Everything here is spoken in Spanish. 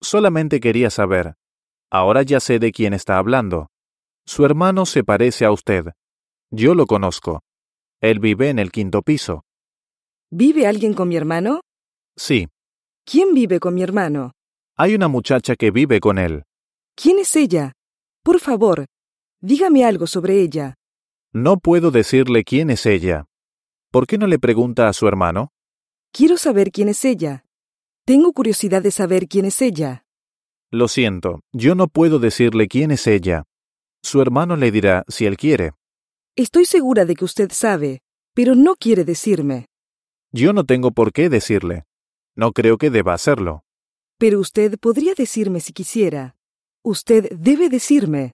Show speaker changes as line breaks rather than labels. Solamente quería saber. Ahora ya sé de quién está hablando. Su hermano se parece a usted. Yo lo conozco. Él vive en el quinto piso.
¿Vive alguien con mi hermano?
Sí,
¿Quién vive con mi hermano?
hay una muchacha que vive con él.
¿Quién es ella? Por favor, dígame algo sobre ella.
No puedo decirle quién es ella. ¿Por qué no le pregunta a su hermano?
Quiero saber quién es ella. Tengo curiosidad de saber quién es ella.
Lo siento, yo no puedo decirle quién es ella. Su hermano le dirá si él quiere.
Estoy segura de que usted sabe, pero no quiere decirme.
Yo no tengo por qué decirle. No creo que deba hacerlo.
Pero usted podría decirme si quisiera. Usted debe decirme.